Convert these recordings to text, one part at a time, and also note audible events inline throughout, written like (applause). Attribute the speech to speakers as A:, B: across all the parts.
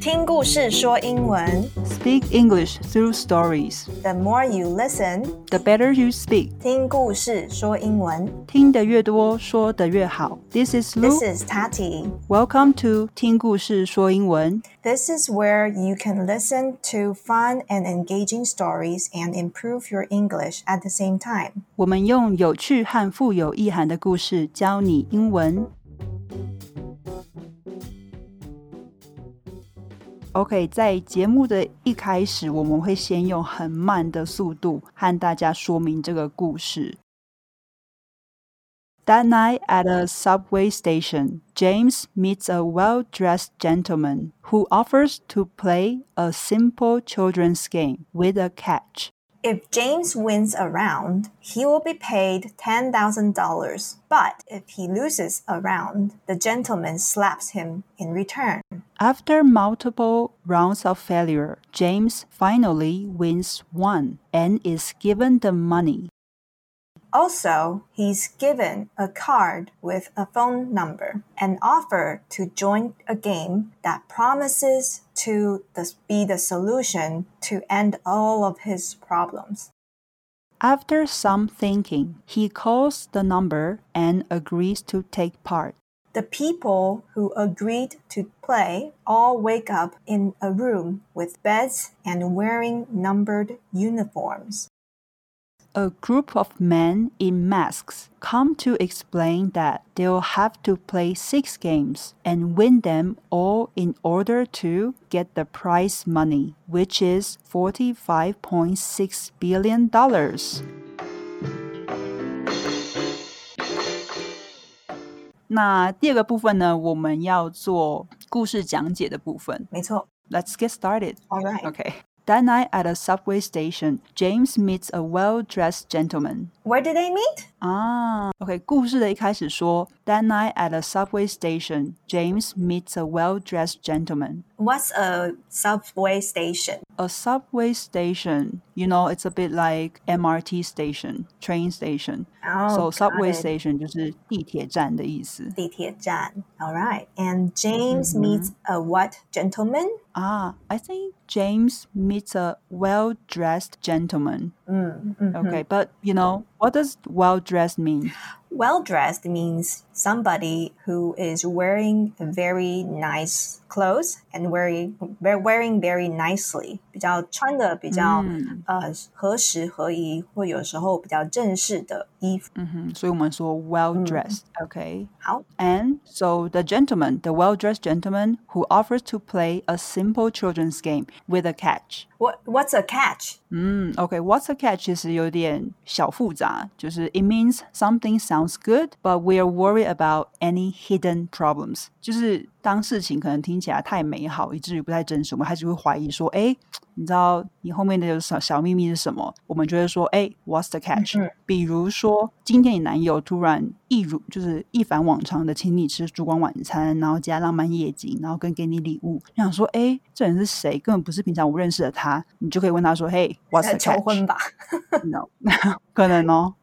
A: 听故事说英文
B: Speak English through stories.
A: ，The more you listen，
B: The better you speak，
A: 听故事说英文。
B: 听得越多，说得越好。This is Lu.
A: This is Tati.
B: Welcome to 听故事说英文。
A: This is where you can listen to fun and engaging stories and improve your English at the same time.
B: 我们用有趣和富有意涵的故事教你英文。OK，在节目的一开始，我们会先用很慢的速度和大家说明这个故事。That night at a subway station, James meets a well dressed gentleman who offers to play a simple children's game with a catch.
A: If James wins a round, he will be paid $10,000. But if he loses a round, the gentleman slaps him in return.
B: After multiple rounds of failure, James finally wins one and is given the money.
A: Also, he's given a card with a phone number and offered to join a game that promises to the, be the solution to end all of his problems.
B: After some thinking, he calls the number and agrees to take part.
A: The people who agreed to play all wake up in a room with beds and wearing numbered uniforms.
B: A group of men in masks come to explain that they'll have to play six games and win them all in order to get the prize money, which is $45.6 billion. (laughs) 那第二个部分呢，我们要做故事讲解的部分。
A: 没错。
B: Let's get started.
A: All right.
B: Okay. That night at a subway station, James meets a well-dressed gentleman.
A: Where do they meet?
B: 啊，OK，故事的一开始说，That night at a subway station, James meets a well-dressed gentleman.
A: What's a subway station?
B: A subway station, you know, it's a bit like MRT station, train station.
A: Oh,
B: so subway
A: got it.
B: station 就是地铁站的意思。
A: 地铁站. All right. And James
B: Mm-hmm.
A: meets a what gentleman?
B: 啊，I think James meets a well-dressed gentleman.
A: 嗯，嗯，
B: Okay, but you know, what does well-dressed mean?
A: Well dressed means somebody who is wearing very nice clothes and wearing wear- wearing very nicely. 比较穿的比较、
B: Mm.
A: 呃合时合宜，或有时候比较正式的衣服。
B: 嗯哼，所以我们说 well dressed、OK，
A: 好。
B: And so the gentleman, the well dressed gentleman who offers to play a simple children's game with a catch.
A: What what's a catch?
B: 嗯，OK，what's、a catch 其实有点小复杂，就是 it means something sounds good, but we are worried about any hidden problems。就是当事情可能听起来太美好，以至于不太真实，我们还是会怀疑说，哎，你知道你后面的有小小秘密是什么？我们就会说，哎，what's the catch？、比
A: 嗯
B: 如说，今天你男友突然一如就是一反往常的请你吃烛光晚餐，然后加浪漫夜景，然后跟给你礼物，你想说，哎，这人是谁？根本不是平常我认识的他，你就可以问他说，嘿，what's
A: (laughs)
B: the
A: 求
B: catch？
A: 婚吧。
B: No，可 (laughs) 能哦。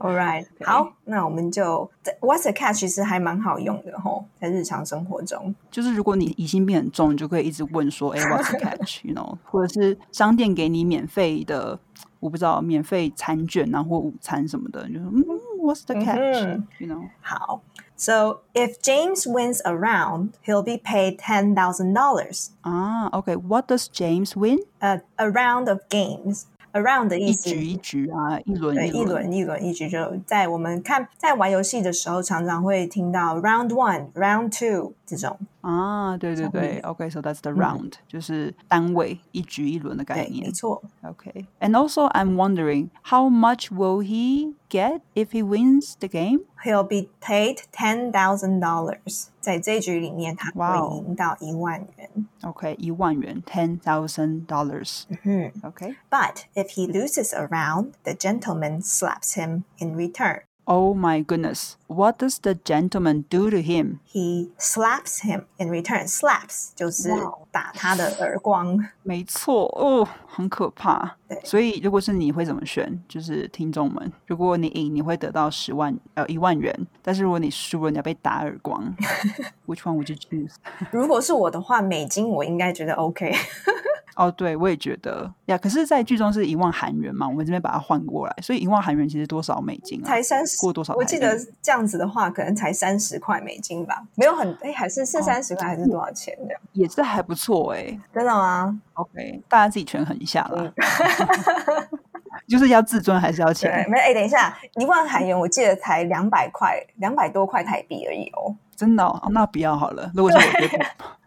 A: All right，好，那我们就这 What's a catch 其实还蛮好用的吼，在日常生活中。
B: 就是如果你疑心病很重，你就可以一直问说，哎，what's the catch？You know，或者是商店给你免费的，我不知道免费餐券啊或午餐什么的，你就说，嗯，what's the
A: 嗯
B: catch？You
A: 哼
B: know。
A: 好，So if James wins a round, he'll be paid ten thousand dollars.
B: 啊，OK，What、does James win？
A: 呃，a round of games. A round 的意
B: 一
A: 思
B: 局一局啊，一
A: 对，
B: 轮
A: 一
B: 轮。
A: 轮一轮一局就在我们看在玩游戏的时候，常常会听到 round one, round two 这种。
B: 啊，对对
A: 这样的意
B: 对，OK，so、that's the round，、就是单位一局一轮的概
A: 对，没
B: 念。
A: 错。
B: OK，and、also I'm wondering how much will he get if he wins the game？
A: He'll be paid ten thousand dollars. 在这一局里面，他
B: 哇哦
A: 会赢到一万元。
B: OK，一万元，ten thousand dollars。OK，
A: 嗯 But if he loses a round, the gentleman slaps him in return.
B: Oh my goodness, what does the gentleman do to him?
A: He slaps him in return. Slaps 就是
B: 哦
A: 打他的耳光。 (laughs)
B: 没错哦，很可怕
A: 对。
B: 所以如果是你会怎么选？就是听众们，如果你赢，你会得到十万呃一万元，但是如果你输了，你要被打耳
A: (laughs)
B: 光。Which one would you choose？
A: 如果是我的话，美金我应该觉得
B: (laughs)
A: OK。
B: 哦，对，我也觉得呀。可是，在剧中是一万韩元嘛，我们这边把它换过来，所以一万韩元其实多少美金啊？
A: 才三十，
B: 过多少
A: 我
B: 台
A: 记
B: 币
A: 得这样子的话，可能才三十块美金吧，没有很哎，还是是
B: 哦
A: 三十块还是多少钱的？
B: 也是还不错哎、
A: 真的吗？
B: OK，大家自己权衡一下
A: (laughs)
B: 啦。 (laughs) 就是要自尊还是要
A: 对
B: 钱？，
A: 没有哎，等一下，一万韩元我记得才两百块，两百多块台币而已哦。
B: 真的、哦哦那不要好了。如果是我
A: (laughs)
B: 就 (laughs) 不，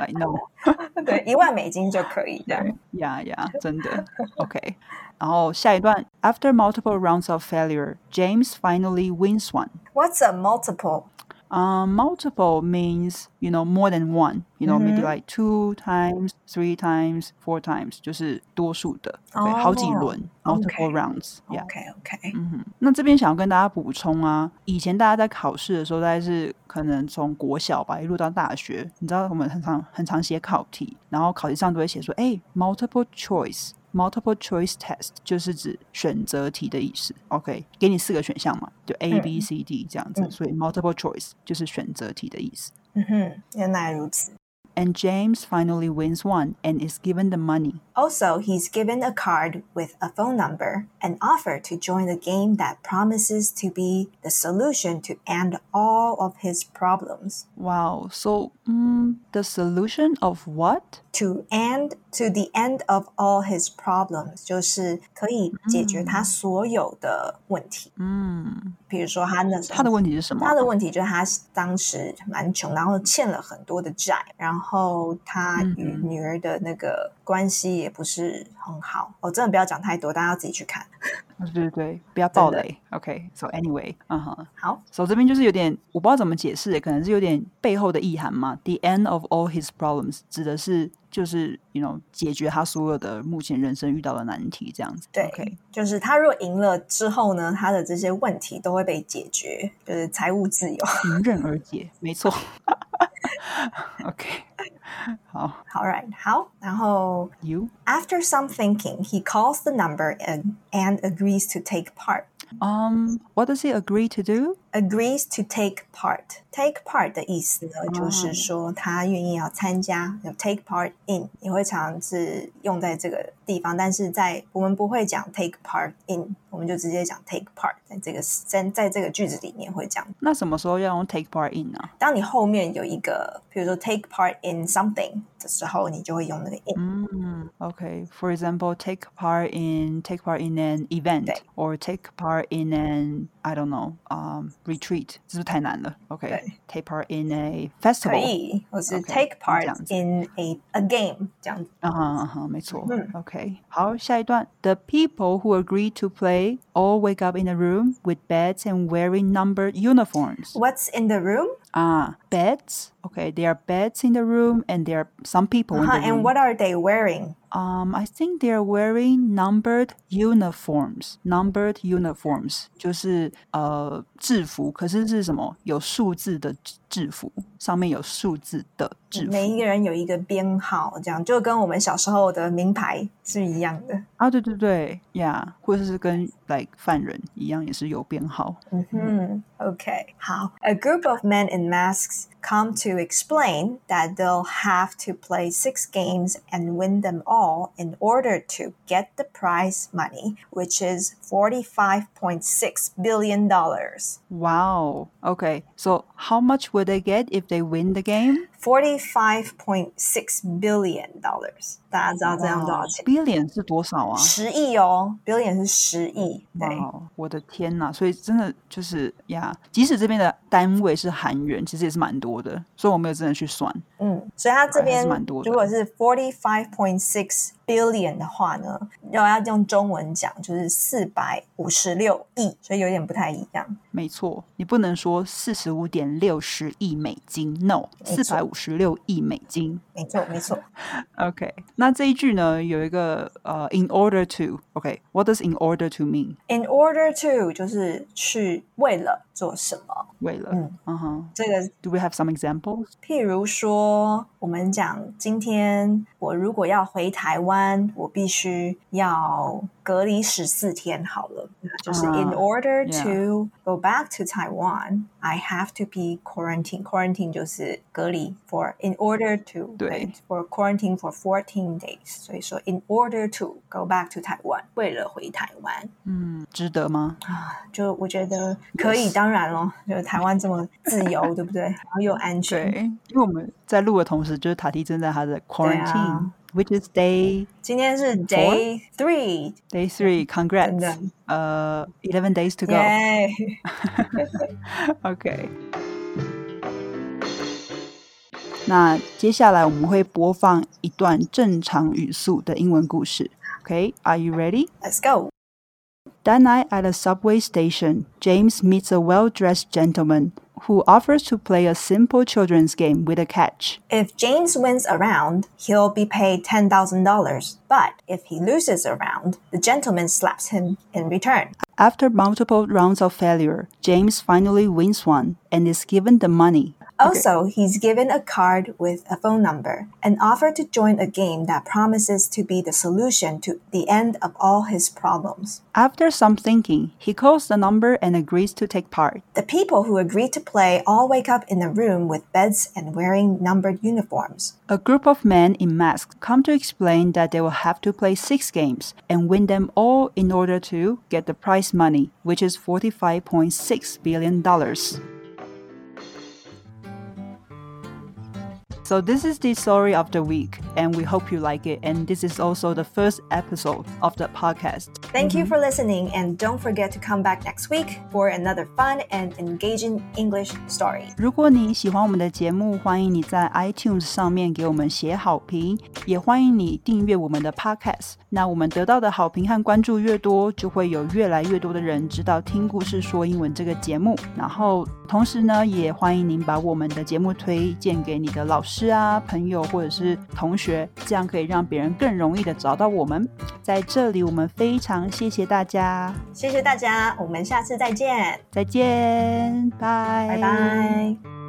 B: 来 no。 (laughs)
A: 对，一万美金就可以这样。
B: Yeah, yeah, 真的 OK。然后下一段，After multiple rounds of failure, James finally wins one.
A: What's a multiple？
B: Um, multiple means you know more than one. You know,
A: Mm-hmm.
B: maybe like two times, three times, four times，就是多数的，对，好几
A: 哦
B: 轮
A: ，OK
B: ，multiple rounds. Yeah.
A: OK OK，
B: 嗯哼，那这边想要跟大家补充啊，以前大家在考试的时候，大概是可能从国小吧一路到大学，你知道我们很常很常写考题，然后考题上都会写说，哎，multiple choice。Multiple choice test 就是指选择题的意思。OK，给你四个选项嘛，就 A、B、C、D 这样子，
A: 嗯
B: 所以 multiple choice 就是选择题的意思。
A: 嗯哼，原来如此。
B: And James finally wins one and is given the money.
A: Also, he's given a card with a phone number and offered to join the game that promises to be the solution to end all of his problems.
B: Wow. So, mm, the solution of what?
A: To end to the end of all his problems，就是可以解决他所有的问题。
B: 嗯，
A: 比如说他那时候
B: 他的问题是什么？
A: 他的问题就是他当时蛮穷，然后欠了很多的债，然后他与
B: 嗯
A: 女儿的那个关系也不是很好。我、真的不要讲太多，大家要自己去看。
B: 对对对，不要暴
A: 真的
B: 雷。OK，so、anyway，嗯哼，
A: 好，
B: so 这边就是有点我不知道怎么解释，欸可能是有点背后的意涵嘛。The end of all his problems 指的是就是，you know，解决他所有的目前人生遇到的难题这样子。
A: 对
B: OK，
A: 就是他如果赢了之后呢，他的这些问题都会被解决，就是财务自由。 (laughs)
B: 迎刃而解，没错。OK，好
A: All right，好，然后
B: ，You
A: after some thinking, he calls the number and and agrees to take part.
B: um，what does he agree to do？
A: Agrees to take part. Take part 的意思呢，就是说他愿意要参加。有 Take part in 也会常是用在这个地方，但是在我们不会讲 take part in，我们就直接讲 take part。在这个在在这个句子里面会讲
B: 那什么时候要用 take part in 啊呢、
A: 当你后面有一个，比如说 take part in something 的时候，你就会用那个 in。
B: 嗯，OK，for、example，take part in take part in an event
A: 对
B: or take part in an I don't know um retreat，是不是太难了？OK，take、part in a
A: 可
B: festival，
A: 以，或是
B: OK，
A: take
B: 这
A: part
B: 样子
A: in a a game 这样子。
B: 啊哈啊哈，没错。
A: 嗯
B: OK，好，下一段，The people who agree to play all wake up in a room with beds and wearing numbered uniforms.
A: What's in the room?
B: 啊、b e d s OK, there are beds in the room and there are some people in the
A: Huh,
B: room.
A: Uh-huh, and what are they wearing?
B: Um, I think they're wearing numbered uniforms. Numbered uniforms 就是呃制服，可是是什么？有数字的制制服，上面有数字的制服
A: 每一个人有一个编号，这样就跟我们小时候的名牌是一样的。
B: 啊！对对对呀或者是跟 like 犯人一样，也是有编号。
A: 嗯哼，OK，好。A group of men in masks come to explain that they'll have to play six games and win them all in order to get the prize money, which is $45.6 billion.
B: Wow. Okay. So how much would they get if they win the game?
A: $45.6 billion. 大家知道这样多少钱
B: Billion 是多少啊？
A: 十亿哦，billion 是十亿，对。
B: 哇哦，我的天呐！所以真的就是呀，即使这边的单位是韩元，其实也是蛮多的，所以我没有真的去算。
A: 嗯，所以它这
B: 还
A: 边
B: 是蛮多的
A: 如果是 forty five point six billion 的话呢，要要用中文讲就是四百五十六亿，所以有点不太一样。
B: 没错，你不能说四十五点六十亿美金，no，
A: 没
B: 四
A: 错
B: 百五十六亿美金。
A: 没错，没错。
B: OK，那这一句呢有一个呃，in order to，OK，what、does in order to mean？
A: In order to 就是去为了做什么，
B: 为了，
A: 嗯
B: 嗯哼、
A: 这个
B: d o we have some examples？
A: 譬如说，我们讲今天我如果要回台湾，我必须要隔离十四天。好了，就是
B: 啊
A: in order
B: yeah
A: to go back to Taiwan, I have to be quarantined. Quarantine 就是隔离 for in order to
B: 对
A: for quarantine for fourteen days。所以说，in order to go back to Taiwan，为了回台湾，
B: 嗯，值得吗？
A: 就我觉得可以。当然咯，就是台湾这么自由，对不对？然后又安全。
B: 对，因为我们在录的同时，就是塔提正在他的
A: 啊
B: quarantine，、which is day
A: 今天是 Day Three，
B: day three。
A: 真
B: Congrats，
A: 的
B: 呃、e l e v e n days to go。 (laughs)
A: 耶
B: OK。那接下来我们会播放一段正常语速的英文故事。OK，Are、you ready?
A: ！Let's go。
B: That night at a subway station, James meets a well dressed gentleman who offers to play a simple children's game with a catch.
A: If James wins a round, he'll be paid ten thousand dollars. But if he loses a round, the gentleman slaps him in return.
B: After multiple rounds of failure, James finally wins one and is given the money.
A: Also, he's given a card with a phone number, an offer to join a game that promises to be the solution to the end of all his problems.
B: After some thinking, he calls the number and agrees to take part.
A: The people who agree to play all wake up in a room with beds and wearing numbered uniforms.
B: A group of men in masks come to explain that they will have to play six games and win them all in order to get the prize money, which is $45.6 billion. So, this is the story of the week, and we hope you like it. And this is also the first episode of the podcast.
A: Thank you for listening, and don't forget to come back next week for another fun and engaging English story.
B: 如果你喜欢我们的节目，欢迎你在 iTunes 上面给我们写好评，也欢迎你订阅我们的 Podcast。那我们得到的好评和关注越多，就会有越来越多的人知道听故事说英文这个节目。然后，同时呢，也欢迎您把我们的节目推荐给你的老师啊、朋友或者是同学，这样可以让别人更容易的找到我们。在这里，我们非常谢谢大家，
A: 谢谢大家，我们下次再见，
B: 再见，
A: 拜
B: 拜
A: 拜。